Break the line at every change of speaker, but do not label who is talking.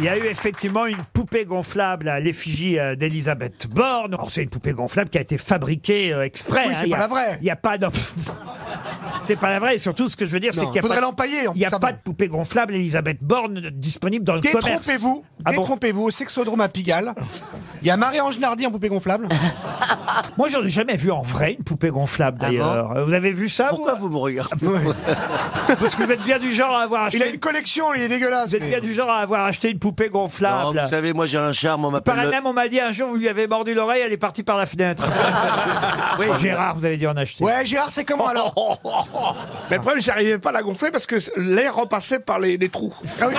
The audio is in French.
Il y a eu effectivement une poupée gonflable à l'effigie euh, d'Elisabeth Borne. Alors, c'est une poupée gonflable qui a été fabriquée euh, exprès.
Oui, c'est
hein. Il y
pas
a-
la vraie.
Il n'y a pas de... C'est pas la vraie, et surtout ce que je veux dire, c'est
Non,
qu'il n'y a,
faudrait
pas-
l'empailler, en
il y a
plus, ça
pas
va.
de poupée gonflable Elisabeth Borne euh, disponible dans le commerce.
Détrompez-vous,
Ah bon
détrompez-vous, au Sexodrome à Pigalle. Il y a Marie-Ange Nardi en poupée gonflable.
Moi, j'en ai jamais vu en vrai une poupée gonflable
Ah bon
d'ailleurs. Euh, vous avez vu ça
Pourquoi vous me regardez
Parce que vous êtes bien du genre à avoir
Il a
acheté.
une collection, il est dégueulasse.
Vous êtes
mais-
bien du genre à avoir acheté une poupée
Non,
gonflable.
Vous savez, moi j'ai un charme, on
Par
m'appelle.
un
le-
âme, on m'a dit un jour, vous lui avez mordu l'oreille, elle est partie par la fenêtre. oui, Gérard, vous avez dû en acheter.
Ouais, Gérard, c'est comment alors
Mais le problème, j'arrivais pas à la gonfler parce que l'air repassait par les, les trous.
Ah oui.